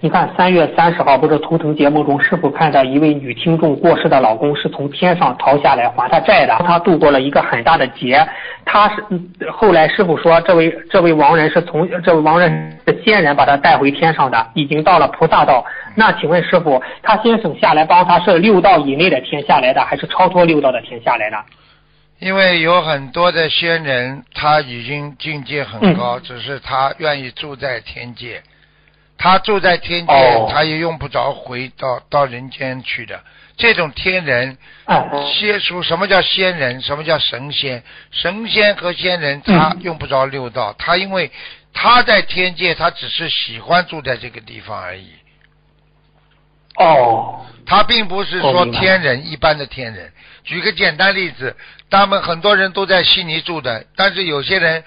你看，三月三十号不是图腾节目中，师傅看到一位女听众过世的老公是从天上逃下来还她债的，她度过了一个很大的劫。她是嗯后来师傅说，这位这位亡人是从这位亡人是仙人把她带回天上的，已经到了菩萨道。那请问师傅，她先生下来帮她是六道以内的天下来的，还是超脱六道的天下来的？因为有很多的仙人，他已经境界很嗯高，只是他愿意住在天界。他住在天界，哦他也用不着回到到人间去的。这种天人哎，接触什么叫仙人，什么叫神仙？神仙和仙人他嗯用不着六道，他因为他在天界，他只是喜欢住在这个地方而已。哦，他并不是哦说明白天人一般的天人。举个简单例子，他们很多人都在悉尼住的，但是有些人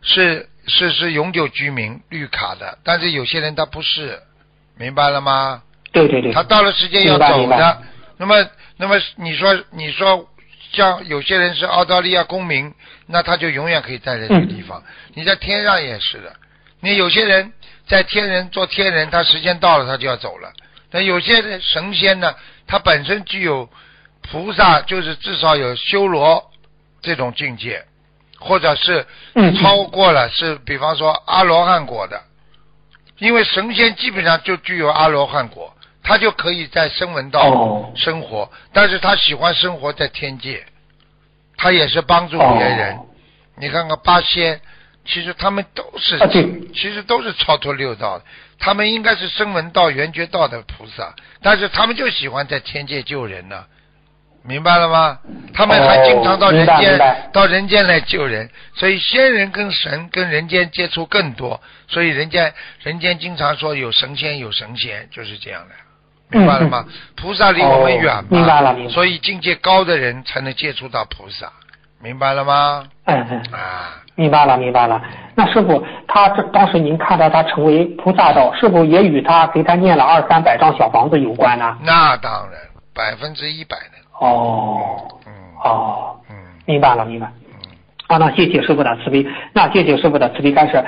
是是是永久居民绿卡的，但是有些人他不是，明白了吗？对对对，他到了时间要明白走明白的。那么那么你说你说像有些人是澳大利亚公民，那他就永远可以待在这个地方。嗯你在天上也是的，你有些人在天人做天人，他时间到了他就要走了。但有些人神仙呢，他本身具有菩萨，就是至少有修罗这种境界，或者是嗯超过了是比方说阿罗汉果的，因为神仙基本上就具有阿罗汉果，他就可以在声闻道哦生活，但是他喜欢生活在天界，他也是帮助别人。哦你看看八仙，其实他们都是、啊对其实都是超脱六道的，他们应该是声闻道、缘觉道的菩萨，但是他们就喜欢在天界救人呢、明白了吗？他们还哦经常到人明白间、明白到人间来救人，所以仙人跟神跟人间接触更多，所以人间人间经常说有神仙有神仙，就是这样的，明白了吗？菩萨离我们远嘛，嗯哦明白了明白所以境界高的人才能接触到菩萨，明白了吗？嗯嗯。啊，明白了，明白了。那师傅，他这当时您看到他成为菩萨道，是否也与他给他念了二三百张小房子有关呢？那当然，百分之一百的，哦，嗯哦，嗯明白了，明白。嗯。啊，那谢谢师傅的慈悲，那谢谢师傅的慈悲开示。